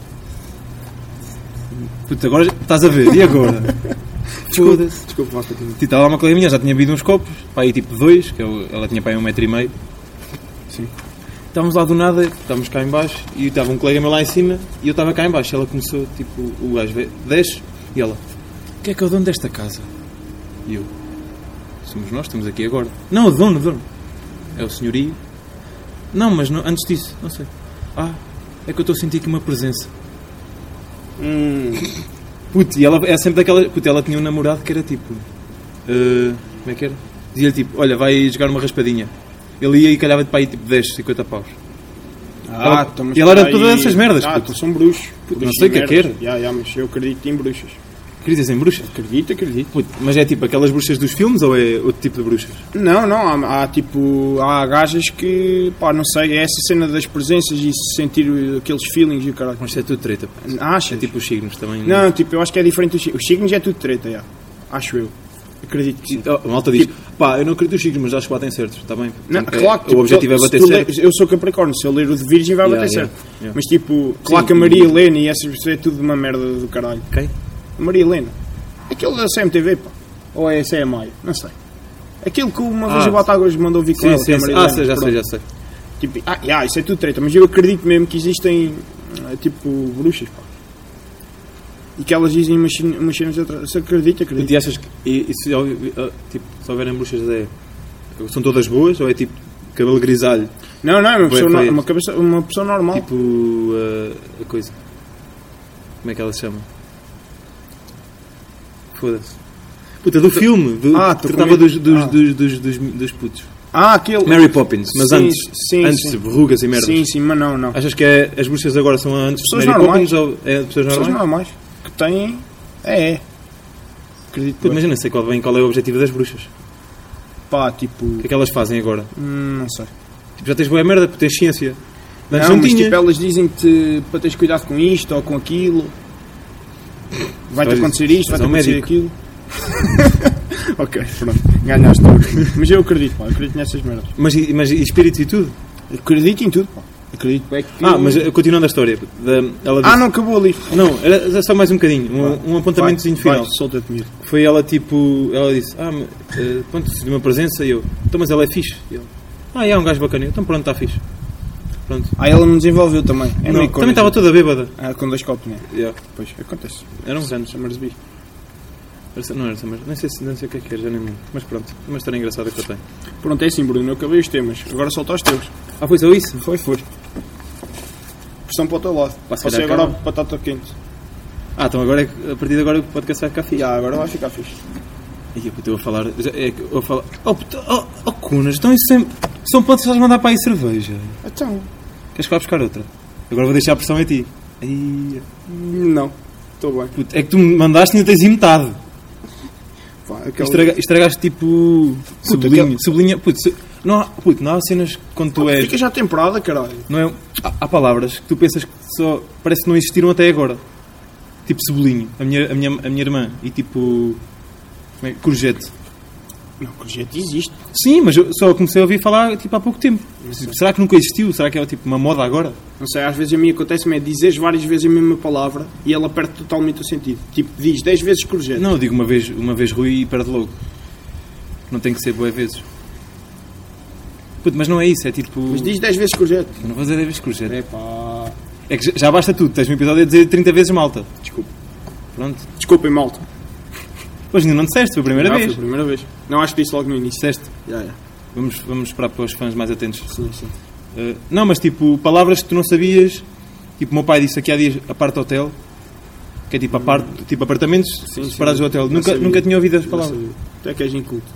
Speaker 2: Puto, agora já- estás a ver, e agora? Foda-se.
Speaker 1: Desculpa, volta aqui.
Speaker 2: Tipo, Estava lá uma colega minha, já tinha bebido uns copos, para aí tipo dois, que eu- ela tinha para aí um metro e meio.
Speaker 1: Sim.
Speaker 2: Estávamos lá do nada, estávamos cá em baixo, e estava um colega meu lá em cima, e eu estava cá em baixo. Ela começou, tipo, o gajo veio, desce, e ela, o que é que é o dono desta casa? E eu, somos nós, estamos aqui agora. Não, o dono, o dono. É o senhorio. Não, mas não- antes disso, não sei. Ah, é que eu estou a sentir aqui uma presença.
Speaker 1: Hum,
Speaker 2: Puto, e ela é sempre daquela. Puto, ela tinha um namorado que era tipo. eh, como é que era? Dizia-lhe tipo: Olha, vai jogar uma raspadinha. Ele ia e calhava-te para aí tipo 10, 50 paus.
Speaker 1: ah,
Speaker 2: Ela-
Speaker 1: então, mas
Speaker 2: e ela era
Speaker 1: espera
Speaker 2: todas
Speaker 1: aí.
Speaker 2: essas merdas,
Speaker 1: Ah,
Speaker 2: puto.
Speaker 1: então são bruxos.
Speaker 2: Puto, não sei o que é que
Speaker 1: Merdas.
Speaker 2: era.
Speaker 1: Já, já, mas eu acredito em bruxas.
Speaker 2: Queridas em bruxas?
Speaker 1: Acredito, acredito.
Speaker 2: Puto, mas é tipo aquelas bruxas dos filmes ou é outro tipo de bruxas?
Speaker 1: Não, não, há, há, tipo. Há gajas que. Pá, não sei, é essa cena das presenças e sentir o- aqueles feelings e o caralho.
Speaker 2: Mas isso é tudo treta. pá.
Speaker 1: Acha?
Speaker 2: É tipo os signos também.
Speaker 1: Não, tipo, eu acho que é diferente dos signos. Os signos é tudo treta, já. Acho eu. Acredito que sim.
Speaker 2: Oh, a malta diz: Pá, eu não acredito os signos, mas acho que batem certos. Está bem?
Speaker 1: Não,
Speaker 2: Portanto, é-
Speaker 1: claro que, tipo,
Speaker 2: o objetivo é
Speaker 1: se
Speaker 2: bater
Speaker 1: tu
Speaker 2: certos.
Speaker 1: le- Eu sou Capricórnio, se eu ler o de Virgem vai
Speaker 2: Yeah,
Speaker 1: bater
Speaker 2: yeah,
Speaker 1: certo.
Speaker 2: yeah.
Speaker 1: Mas tipo, claro que a Maria Helena e essas pessoas é tudo uma merda do caralho.
Speaker 2: Quem?
Speaker 1: A Maria Helena. Aquele da CMTV, pá. Ou é essa é a Maia, não sei. Aquele que uma vez
Speaker 2: Ah,
Speaker 1: o Batáguas mandou vir com
Speaker 2: Sim,
Speaker 1: ela, que é
Speaker 2: sim,
Speaker 1: a
Speaker 2: sim.
Speaker 1: Maria
Speaker 2: Ah,
Speaker 1: Helena,
Speaker 2: sei, já sei,
Speaker 1: pronto.
Speaker 2: já sei.
Speaker 1: Tipo, ah, yeah, isso é tudo treta, mas eu acredito mesmo que existem, ah, tipo, bruxas, pá. E que elas dizem umas cen- umas cenas atrás. Se acredita,
Speaker 2: E
Speaker 1: acredita.
Speaker 2: tu achas que e, e se, hou- eh, tipo, se houverem bruxas é, são todas boas ou é tipo cabelo grisalho?
Speaker 1: Não, não, é uma
Speaker 2: Bué
Speaker 1: pessoa, no-
Speaker 2: feia.
Speaker 1: uma cabeça, uma pessoa normal.
Speaker 2: Tipo eh, a coisa. Como é que ela se chama? Foda-se. Puta, do filme. Do,
Speaker 1: Ah,
Speaker 2: que
Speaker 1: tô com
Speaker 2: tratava
Speaker 1: medo.
Speaker 2: dos, dos,
Speaker 1: Ah.
Speaker 2: dos, dos, dos, dos putos.
Speaker 1: Ah, aquele.
Speaker 2: Mary Poppins, mas
Speaker 1: Sim,
Speaker 2: antes,
Speaker 1: sim,
Speaker 2: antes
Speaker 1: sim.
Speaker 2: de verrugas e merdas.
Speaker 1: Sim, sim, mas não, não.
Speaker 2: Achas que é- as bruxas agora são antes de
Speaker 1: Pessoas
Speaker 2: Mary
Speaker 1: normais.
Speaker 2: Poppins ou é de pessoas
Speaker 1: Pessoas
Speaker 2: normais?
Speaker 1: normais que têm. É, é. Acredito
Speaker 2: Puto,
Speaker 1: bem.
Speaker 2: mas eu não sei qual, bem qual é o objetivo das bruxas.
Speaker 1: Pá, tipo.
Speaker 2: O que é que elas fazem agora?
Speaker 1: hum, não sei.
Speaker 2: Tipo, já tens boa merda porque tens ciência. Mas
Speaker 1: Não,
Speaker 2: não,
Speaker 1: mas
Speaker 2: tinha.
Speaker 1: tipo, elas dizem-te para teres cuidado com isto ou com aquilo. Vai-te
Speaker 2: Mas-
Speaker 1: acontecer isto,
Speaker 2: mas
Speaker 1: vai-te
Speaker 2: é um
Speaker 1: acontecer
Speaker 2: médico.
Speaker 1: aquilo. ok, pronto. Ganhaste tudo. Mas eu acredito, pá. eu Acredito nessas merdas.
Speaker 2: Mas, e- mas e espíritos e tudo?
Speaker 1: Acredito em tudo, pá. Acredito é que...
Speaker 2: Ah, mas eh, continuando a história. Da, ela
Speaker 1: Ah,
Speaker 2: disse-
Speaker 1: não acabou ali.
Speaker 2: não, era era só mais um bocadinho. Um, um apontamentozinho
Speaker 1: Vai,
Speaker 2: final.
Speaker 1: vai, Solta-te, miúdo.
Speaker 2: Foi ela tipo. Ela disse: Ah, me- eh, pronto, de uma presença. E eu: Então, mas ela é fixe. E ele: Ah, é um gajo bacana. Eu, Então, pronto, está fixe. Pronto.
Speaker 1: Ah, ela me desenvolveu também. É
Speaker 2: Não,
Speaker 1: meio
Speaker 2: também
Speaker 1: corno.
Speaker 2: estava toda bêbada.
Speaker 1: Ah, com dois copos, né?
Speaker 2: Yeah.
Speaker 1: Pois, acontece.
Speaker 2: Era um grande.
Speaker 1: Summersby.
Speaker 2: Era- Não era Summer. Nem sei, se- nem sei o que é que era, já nem me lembro. Mas pronto, uma história engraçada que eu tenho.
Speaker 1: Pronto, é assim, Bruno. Eu acabei os temas. Agora solta os teus.
Speaker 2: Ah, foi só isso?
Speaker 1: Foi, foi. Pressão para o teu lado.
Speaker 2: Pá, se
Speaker 1: Passei
Speaker 2: calhar
Speaker 1: agora
Speaker 2: acaba.
Speaker 1: a batata quente.
Speaker 2: Ah, então agora, é que- a partir de agora o podcast vai ficar fixe.
Speaker 1: Já, agora vai ficar fixe.
Speaker 2: E eu estou a falar. já- É, que eu vou falar. Oh, puta- oh, oh Cunas, então isso sempre. São podes estás a mandar para aí cerveja.
Speaker 1: Então,
Speaker 2: Queres que vá buscar outra? Agora vou deixar a pressão em ti. Ai,
Speaker 1: não. Estou bem.
Speaker 2: puto, é que tu me mandaste e não tens aí metade.
Speaker 1: Pá, aquela-
Speaker 2: Estraga, estragaste tipo. sublinha.
Speaker 1: aquele-
Speaker 2: Sublinha. Puto, se- não, há, puto, não há cenas que quando tu és.
Speaker 1: Fica já a temporada, caralho.
Speaker 2: Não é, há, há palavras que tu pensas que só. parece que não existiram até agora. Tipo sublinho. A minha, a minha, a minha irmã. E tipo. Como é? Corjete.
Speaker 1: Não, que jeito existe.
Speaker 2: Sim, mas eu só comecei a ouvir falar tipo, há pouco tempo. Será que nunca existiu? Será que é tipo uma moda agora?
Speaker 1: Não sei, às vezes a mim acontece-me é dizeres várias vezes a mesma palavra e ela perde totalmente o sentido. Tipo, diz 10 vezes corjete.
Speaker 2: Não, eu digo uma vez, uma vez Rui e perde logo. Não tem que ser boas vezes. Puto, mas não é isso, é tipo.
Speaker 1: Mas diz 10 vezes corjete.
Speaker 2: Não vou dizer 10 vezes cruz, é.
Speaker 1: Epá.
Speaker 2: É que já- já basta tudo, tens um episódio a dizer 30 vezes malta.
Speaker 1: Desculpa.
Speaker 2: Pronto.
Speaker 1: Desculpem, malta.
Speaker 2: Pois ainda não disseste, foi a primeira
Speaker 1: Não,
Speaker 2: vez.
Speaker 1: Ah, Foi a primeira vez. Não, acho que disse logo no início.
Speaker 2: Disseste.
Speaker 1: Já, já.
Speaker 2: Vamos, vamos esperar para os fãs mais atentos.
Speaker 1: Sim, sim.
Speaker 2: Uh, não, mas tipo, palavras que tu não sabias. Tipo, o meu pai disse aqui há dias aparte hotel, que é tipo, aparte, tipo apartamentos
Speaker 1: Hum. sim.
Speaker 2: separados do hotel.
Speaker 1: Não
Speaker 2: Nunca,
Speaker 1: sabia.
Speaker 2: nunca tinha ouvido as
Speaker 1: Não
Speaker 2: palavras.
Speaker 1: sabia. Tu é que és inculto.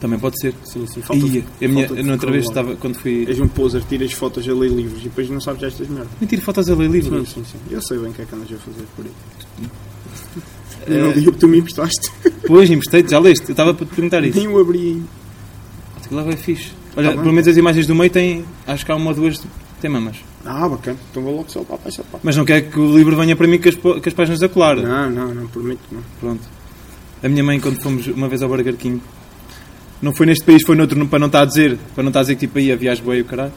Speaker 2: Também pode ser.
Speaker 1: Sim, sim. Falta
Speaker 2: Ia, a minha,
Speaker 1: falta
Speaker 2: eu, na outra vez
Speaker 1: vocabulário.
Speaker 2: estava, quando fui.
Speaker 1: És um poser, tiras fotos a ler livros e depois não sabes estas merdas.
Speaker 2: Eu tiro fotos a ler
Speaker 1: Sim,
Speaker 2: livros.
Speaker 1: sim, sim. Eu sei bem o que é que andas a fazer por aí.
Speaker 2: Hum.
Speaker 1: Eu não digo que tu me emprestaste.
Speaker 2: Pois, emprestei-te, já leste. Eu estava para te perguntar isso.
Speaker 1: Nem o abri ainda.
Speaker 2: Aquilo lá é fixe. Olha,
Speaker 1: Uhum. Tá bem.
Speaker 2: pelo menos as imagens do meio têm. Acho que há uma ou duas. Tem mamas.
Speaker 1: Ah, bacana. Então vou logo soltar para essa parte.
Speaker 2: Mas não quer que o livro venha para mim com as, po- com as páginas da colar.
Speaker 1: Não, não, não, prometo que não.
Speaker 2: Pronto. A minha mãe, quando fomos uma vez ao Burger King, não foi neste país, foi noutro, não- para não estar a dizer. Para não estar a dizer que tipo aí a viagem boa e o caralho.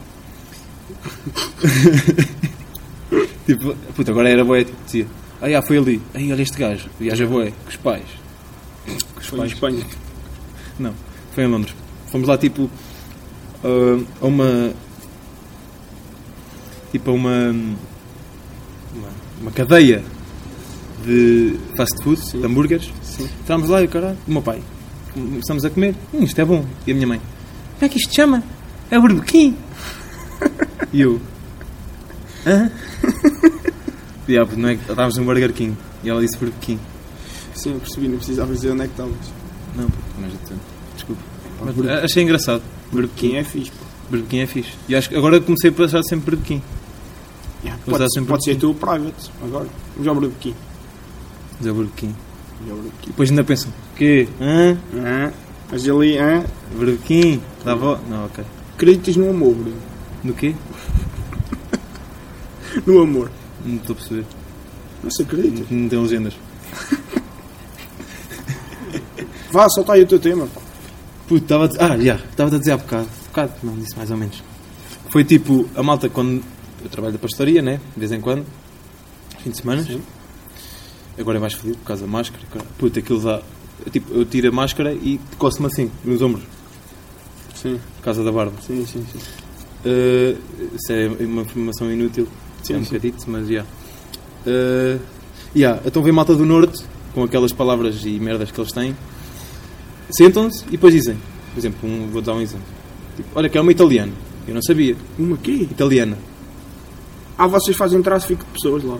Speaker 2: tipo, puta, agora era boa, tipo, dizia. Ah, já, foi ali. Aí, olha este gajo. Viaja boa, com os pais.
Speaker 1: Foi em Espanha.
Speaker 2: Não, foi em Londres. Fomos lá, tipo, ah, a uma. Tipo, a uma. Uma, uma cadeia de fast food, de hambúrgueres.
Speaker 1: Sim.
Speaker 2: Entramos lá e o caralho, o meu pai. Começamos a comer, hum, isto é bom. E a minha mãe, como é que isto se chama? É burbequim. e eu, hã? E ela, não é que estávamos no Burger King. E ela disse burbequim.
Speaker 1: Sim, eu percebi. Não precisava dizer onde é que estavas.
Speaker 2: Não, pô, mas eu te- desculpa. Mas, ah, achei engraçado.
Speaker 1: Quem
Speaker 2: Burbequim é,
Speaker 1: é fixe, pô.
Speaker 2: burbequim é fixe. E acho que agora comecei a passar sempre burbequim.
Speaker 1: Yeah,
Speaker 2: Usar
Speaker 1: pode,
Speaker 2: é sempre assim.
Speaker 1: pode ser tu o private. Agora. Vamos ao Burbequim.
Speaker 2: Dizer burbequim.
Speaker 1: Vamos ao Burbequim.
Speaker 2: Depois ainda pensam, quê? Hã?
Speaker 1: Ah, mas ali, ah,
Speaker 2: Burbequim? Da avó? Não, ok.
Speaker 1: acreditas no amor, Bruno.
Speaker 2: No quê?
Speaker 1: No amor.
Speaker 2: Não estou a perceber.
Speaker 1: Não se acredita.
Speaker 2: Não tem legendas. Hum.
Speaker 1: Vá, solta aí o teu tema. pá.
Speaker 2: Puto, estava a dizer. Ah, já, estava a dizer há bocado. Bocado, não, disse mais ou menos. Foi tipo, a malta quando. Eu trabalho da pastaria, né? De vez em quando. aos Fim de semana. Agora é mais fodido por causa da máscara. cara. Puto, aquilo dá. eu, Tipo, eu tiro a máscara e coço-me assim, nos ombros,
Speaker 1: Sim,
Speaker 2: por causa da barba.
Speaker 1: sim, sim. sim.
Speaker 2: Uh, isso é uma informação inútil.
Speaker 1: Sim,
Speaker 2: é um
Speaker 1: sim.
Speaker 2: bocadito, mas já. Uh, yeah, então vem malta do Norte, com aquelas palavras e merdas que eles têm, sentam-se e depois dizem. Por exemplo, um- vou dar um exemplo. Tipo, olha, que é uma italiana. Eu não sabia.
Speaker 1: Uma quê?
Speaker 2: Italiana.
Speaker 1: Ah, vocês fazem tráfico de pessoas lá.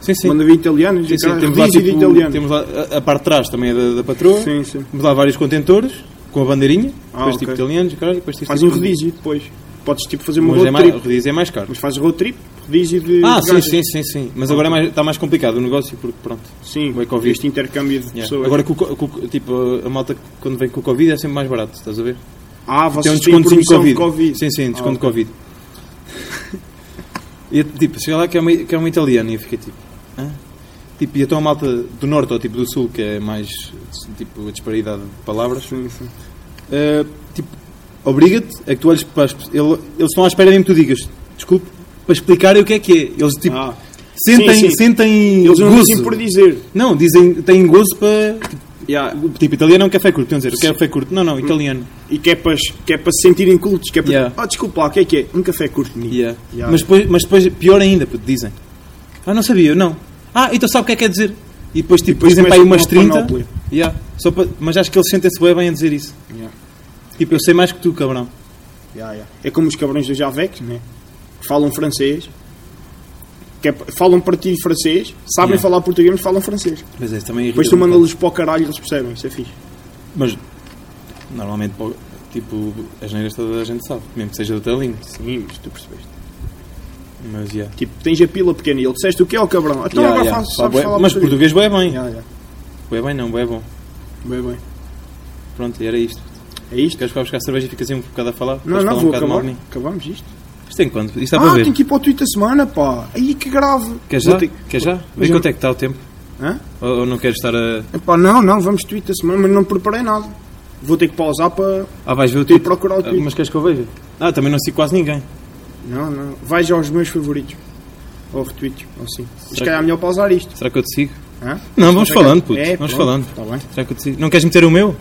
Speaker 2: Sim, sim.
Speaker 1: Manda vir italianos
Speaker 2: Sim,
Speaker 1: e
Speaker 2: sim,
Speaker 1: caralho,
Speaker 2: Temos lá,
Speaker 1: rígido
Speaker 2: tipo,
Speaker 1: italiano.
Speaker 2: temos lá a, a parte de trás também é da, da patroa.
Speaker 1: Sim, sim.
Speaker 2: Temos lá vários contentores. com a bandeirinha,
Speaker 1: Ah,
Speaker 2: depois tipo
Speaker 1: ok.
Speaker 2: italianos, e caralho, e depois tens
Speaker 1: Faz um
Speaker 2: tipo-
Speaker 1: rodízio depois. Podes tipo fazer uma
Speaker 2: Mas
Speaker 1: road
Speaker 2: é mais,
Speaker 1: trip.
Speaker 2: o rodízio é mais caro.
Speaker 1: Mas fazes road trip, rodízio de.
Speaker 2: Ah,
Speaker 1: de
Speaker 2: sim,
Speaker 1: gajas.
Speaker 2: sim, sim, sim. Mas agora é mais- está mais complicado o negócio porque pronto.
Speaker 1: Sim,
Speaker 2: Bem Covid.
Speaker 1: este intercâmbio de
Speaker 2: Yeah.
Speaker 1: pessoas.
Speaker 2: Agora, com o co- com o- tipo, a malta quando vem com o Covid é sempre mais barato, estás a ver?
Speaker 1: ah,
Speaker 2: Tem um
Speaker 1: vocês têm
Speaker 2: desconto de
Speaker 1: promoção
Speaker 2: COVID.
Speaker 1: de Covid.
Speaker 2: Sim, sim, desconto
Speaker 1: Ah,
Speaker 2: de Covid. E eu, tipo, cheguei lá que é, uma, que é uma italiana e eu fiquei tipo. Hã? Tipo, e então a malta do norte ou tipo do sul, que é mais tipo a disparidade de palavras,
Speaker 1: Sim, sim.
Speaker 2: eh, tipo, obriga-te a que tu olhes para as pessoas. Eles estão à espera mesmo que tu digas, desculpe, para explicarem o que é que é. Eles tipo,
Speaker 1: Ah,
Speaker 2: sentem,
Speaker 1: sim, sim.
Speaker 2: sentem
Speaker 1: eles não
Speaker 2: gozo.
Speaker 1: dizem por dizer.
Speaker 2: Não, dizem, têm gozo para. Tipo, italiano é um café curto, estão a dizer, café curto.
Speaker 1: Hum.
Speaker 2: Não, não, italiano.
Speaker 1: E que é para, que é para se sentirem cultos. Que é para,
Speaker 2: Yeah.
Speaker 1: Oh, desculpa lá, o que é que é? Um café curto, menino.
Speaker 2: Yeah.
Speaker 1: Yeah.
Speaker 2: Mas, depois, mas depois, pior ainda, puto, dizem. Ah, não sabia, não. Ah, então sabe o que é que quer dizer? E depois, tipo,
Speaker 1: depois
Speaker 2: dizem para aí
Speaker 1: começa
Speaker 2: umas
Speaker 1: uma
Speaker 2: 30.
Speaker 1: panóplia.
Speaker 2: Yeah. Só para- mas acho que eles sentem-se bem, bem a dizer isso.
Speaker 1: Yeah.
Speaker 2: Tipo, eu sei mais que tu, cabrão.
Speaker 1: Yeah, yeah. É como os cabrões do Javex, né? que falam francês. Que é, falam para ti francês, sabem
Speaker 2: Yeah.
Speaker 1: falar português, mas falam francês.
Speaker 2: Mas isso também irrita
Speaker 1: Depois tu
Speaker 2: um bocado.
Speaker 1: mandas-lhes para o caralho e eles percebem, isso é fixe.
Speaker 2: Mas, normalmente, pô, tipo, as neiras toda a gente sabe, mesmo que seja de outra língua.
Speaker 1: Sim, mas tu percebeste.
Speaker 2: Mas, yeah.
Speaker 1: Tipo, tens a pila pequena e ele disseste o que é o cabrão. Então
Speaker 2: Yeah,
Speaker 1: agora
Speaker 2: yeah.
Speaker 1: faz,
Speaker 2: Pá,
Speaker 1: sabes
Speaker 2: bué-
Speaker 1: falar
Speaker 2: mas
Speaker 1: português.
Speaker 2: português, bem bem.
Speaker 1: Yeah, yeah.
Speaker 2: Bué bem não, bem bom.
Speaker 1: Bem, bem.
Speaker 2: Pronto, e era isto.
Speaker 1: É isto?
Speaker 2: Queres que vá buscar cerveja e ficas aí um bocado a falar?
Speaker 1: Não,
Speaker 2: Queres
Speaker 1: não,
Speaker 2: falar um
Speaker 1: vou
Speaker 2: bocado mal
Speaker 1: acabar.
Speaker 2: de mim?
Speaker 1: Acabamos isto.
Speaker 2: Isto tem quanto? Isto está para
Speaker 1: ah,
Speaker 2: ver.
Speaker 1: tenho que ir para o Twitter da semana, pá. Aí que grave.
Speaker 2: Queres
Speaker 1: Vou
Speaker 2: já?
Speaker 1: ter-
Speaker 2: Queres já? Vê
Speaker 1: Mas eu-
Speaker 2: quanto é que está o tempo.
Speaker 1: Hã?
Speaker 2: Ou, ou não queres estar a.
Speaker 1: Epá, não, não, vamos tweet da semana, mas não preparei nada. Vou ter que pausar para.
Speaker 2: Ah, vais ver o
Speaker 1: Tenho
Speaker 2: tweet.
Speaker 1: que procurar o
Speaker 2: Ah,
Speaker 1: tweet.
Speaker 2: mas queres que eu veja? Ah, também não sigo quase ninguém.
Speaker 1: Não, não. Vai já aos meus favoritos. Ou retweets, ou sim. Mas
Speaker 2: que-
Speaker 1: se calhar é melhor pausar isto.
Speaker 2: Será que eu te sigo?
Speaker 1: Hã?
Speaker 2: Não, vamos
Speaker 1: Será que-
Speaker 2: falando, puto.
Speaker 1: É,
Speaker 2: vamos
Speaker 1: pronto,
Speaker 2: falando.
Speaker 1: Está bem.
Speaker 2: Será que eu te sigo? Não queres meter o meu?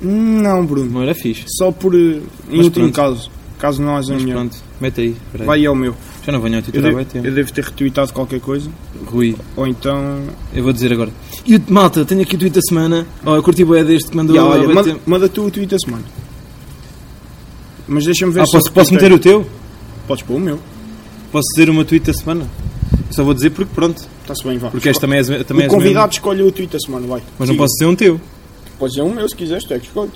Speaker 1: Hum, Não,
Speaker 2: O
Speaker 1: Bruno.
Speaker 2: meu era fixe.
Speaker 1: Só por. eh, Em
Speaker 2: Mas
Speaker 1: último
Speaker 2: pronto.
Speaker 1: caso. Caso não haja
Speaker 2: Mas
Speaker 1: melhor.
Speaker 2: pronto, mete aí. espera aí.
Speaker 1: Vai ao meu.
Speaker 2: Já não venho ao
Speaker 1: Eu,
Speaker 2: Twitter há
Speaker 1: devo-
Speaker 2: bem tempo.
Speaker 1: eu devo ter retweetado qualquer coisa.
Speaker 2: Rui,
Speaker 1: Ou então.
Speaker 2: eu vou dizer agora. E o- malta, tenho aqui o tweet da semana. Oh, eu curti o é deste que mandou
Speaker 1: Ya,
Speaker 2: há
Speaker 1: olha,
Speaker 2: bué
Speaker 1: manda,
Speaker 2: tempo.
Speaker 1: manda tu o tweet da semana. Mas deixa-me ver
Speaker 2: Ah,
Speaker 1: se.
Speaker 2: posso, posso meter o teu?
Speaker 1: Podes pôr o meu.
Speaker 2: Posso dizer o meu tweet da semana? Eu só vou dizer porque pronto.
Speaker 1: Está-se bem, vá.
Speaker 2: Porque este também é também
Speaker 1: O
Speaker 2: és meu.
Speaker 1: convidado escolhe o tweet da semana, vai.
Speaker 2: Mas não posso dizer um teu.
Speaker 1: Podes dizer um meu se quiseres, tu é que escolhes.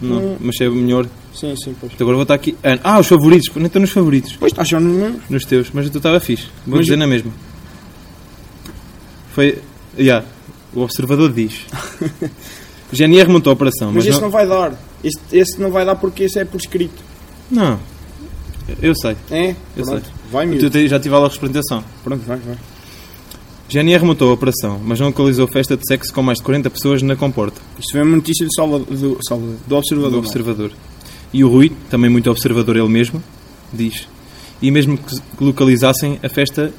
Speaker 2: Não, mas é melhor.
Speaker 1: Sim, sim, pois.
Speaker 2: Então agora vou estar aqui. Ah, Ah, os favoritos. Não estou nos favoritos.
Speaker 1: Pois está já nos meus.
Speaker 2: Nos teus, mas tu estava fixe. Vou
Speaker 1: Mas-
Speaker 2: dizer na mesma. Foi. Yeah, o observador diz. O GNR montou a operação,
Speaker 1: Mas,
Speaker 2: mas,
Speaker 1: esse
Speaker 2: não...
Speaker 1: não... vai dar. Esse, esse não vai dar porque esse é por escrito.
Speaker 2: não. Eu sei.
Speaker 1: É?
Speaker 2: Eu
Speaker 1: Pronto. Vai
Speaker 2: Tu
Speaker 1: mesmo.
Speaker 2: te- já tive aula de representação.
Speaker 1: Pronto, vai, vai.
Speaker 2: GNR montou a operação, mas não localizou festa de sexo com mais de 40 pessoas na comporta.
Speaker 1: Isto foi uma notícia do Salvador. Do, Salvador, do Observador.
Speaker 2: do observador. E o Rui, também muito observador ele mesmo, diz. E mesmo que s- que localizassem a festa.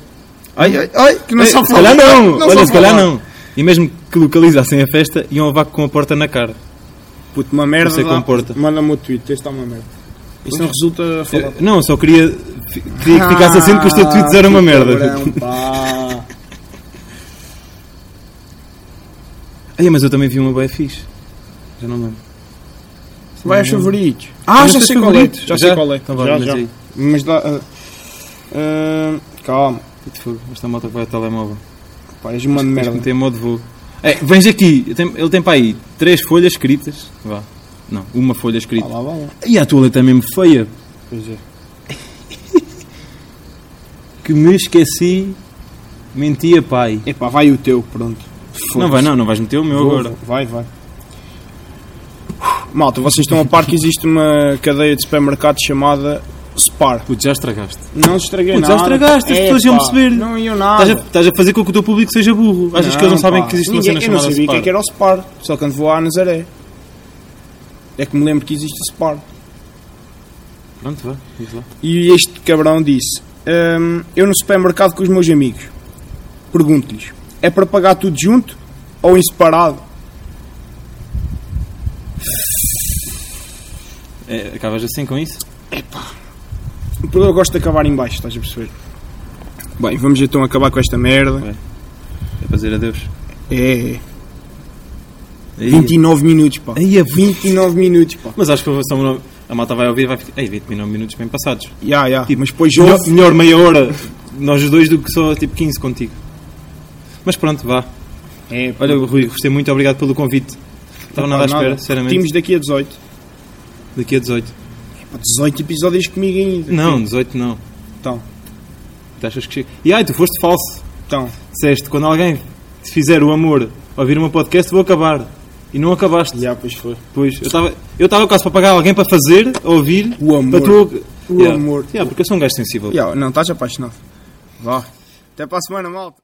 Speaker 2: Ai, ai,
Speaker 1: Ai, que não
Speaker 2: Ei,
Speaker 1: sabe
Speaker 2: Eh, se calhar
Speaker 1: falar.
Speaker 2: não!
Speaker 1: Não
Speaker 2: Olha,
Speaker 1: sabe
Speaker 2: se calhar
Speaker 1: falar.
Speaker 2: não! E mesmo que localizassem a festa, iam ao vácuo com a porta na cara.
Speaker 1: Puto, uma merda.
Speaker 2: Não sei
Speaker 1: dá-
Speaker 2: comporta.
Speaker 1: Manda-me o tweet, este está uma merda. Isso não resulta a
Speaker 2: Eh,
Speaker 1: falar.
Speaker 2: Não, só queria, fi- queria que ficasse assim que os teus tweets eram uma
Speaker 1: Ah, que
Speaker 2: merda.
Speaker 1: Ah,
Speaker 2: tipo.
Speaker 1: cabrão, pá.
Speaker 2: Ai, mas eu também vi uma bem fixe. Já não me lembro.
Speaker 1: Vai aos favoritos. Ah,
Speaker 2: Mas
Speaker 1: já
Speaker 2: tens
Speaker 1: sei qual é.
Speaker 2: favoritos?
Speaker 1: Já sei qual é.
Speaker 2: Então vá,
Speaker 1: Já,
Speaker 2: mas
Speaker 1: já.
Speaker 2: aí.
Speaker 1: Mas dá. ah, ah, calma,
Speaker 2: Puto fogo, Esta moto vai ao telemóvel.
Speaker 1: pá, és uma
Speaker 2: Merda.
Speaker 1: merda.
Speaker 2: Tem modo voo. É, vens aqui. Eu tenho- Ele tem para aí três folhas escritas. Vá. Não, uma folha
Speaker 1: Vá
Speaker 2: escrita.
Speaker 1: lá, vá lá.
Speaker 2: E a tua letra é mesmo feia.
Speaker 1: Pois é.
Speaker 2: Que me esqueci. Mentia, pai.
Speaker 1: Epá, vai o teu, pronto.
Speaker 2: Não
Speaker 1: Foda-se.
Speaker 2: vai, não, não vais meter o meu
Speaker 1: Vou,
Speaker 2: agora.
Speaker 1: vou. Vai, vai. Malta, vocês estão a par que existe uma cadeia de supermercados chamada Spar.
Speaker 2: Putz, já estragaste.
Speaker 1: Não estraguei
Speaker 2: Putz, já
Speaker 1: nada.
Speaker 2: estragaste, as pessoas iam
Speaker 1: pá,
Speaker 2: perceber.
Speaker 1: Não iam
Speaker 2: Estás
Speaker 1: nada.
Speaker 2: a, estás a fazer com que o teu público seja burro. Achas que eles não sabem
Speaker 1: pá.
Speaker 2: que existe
Speaker 1: Ninguém-
Speaker 2: uma
Speaker 1: Eu
Speaker 2: cena
Speaker 1: não sabia
Speaker 2: chamada
Speaker 1: o que, é
Speaker 2: Spar?
Speaker 1: que era o Spar, só quando vou à Nazaré. É que me lembro que existe Spar.
Speaker 2: Pronto, vá. diz lá.
Speaker 1: E este cabrão disse: "Hum, Eu no supermercado com os meus amigos. Pergunto-lhes: é para pagar tudo junto ou em separado?
Speaker 2: É, acabas assim com isso?
Speaker 1: Porque eu gosto de acabar em baixo, estás a perceber? Bem, vamos então acabar com esta merda.
Speaker 2: É para dizer adeus.
Speaker 1: É,
Speaker 2: Aí.
Speaker 1: 29 minutos, pá.
Speaker 2: Aí é
Speaker 1: 29 minutos, pá.
Speaker 2: Mas acho que a são- a malta vai ouvir e vai ficar. Ei, 29 minutos bem passados.
Speaker 1: Ya, ya.
Speaker 2: Tipo,
Speaker 1: Mas depois
Speaker 2: Melhor,
Speaker 1: ouve.
Speaker 2: melhor meia hora nós os dois do que só tipo 15 contigo. Mas pronto, vá.
Speaker 1: É, pá.
Speaker 2: Olha, Rui, gostei muito, obrigado pelo convite. estava nada à espera, sinceramente.
Speaker 1: Temos daqui a 18.
Speaker 2: Daqui a 18.
Speaker 1: Pá, 18 episódios comigo ainda.
Speaker 2: Não, 18 não.
Speaker 1: Então,
Speaker 2: Tu achas que chega? E ai, tu foste falso.
Speaker 1: então.
Speaker 2: Disseste, quando alguém te fizer o amor ouvir um podcast, vou acabar. E não acabaste.
Speaker 1: Já, pois foi.
Speaker 2: Pois, eu estava eu estava quase para pagar alguém para fazer, ouvir,
Speaker 1: O amor.
Speaker 2: para tu.
Speaker 1: O amor.
Speaker 2: Yeah, porque eu sou um gajo sensível.
Speaker 1: Já, não, estás apaixonado. Vá. Até para a semana, malta.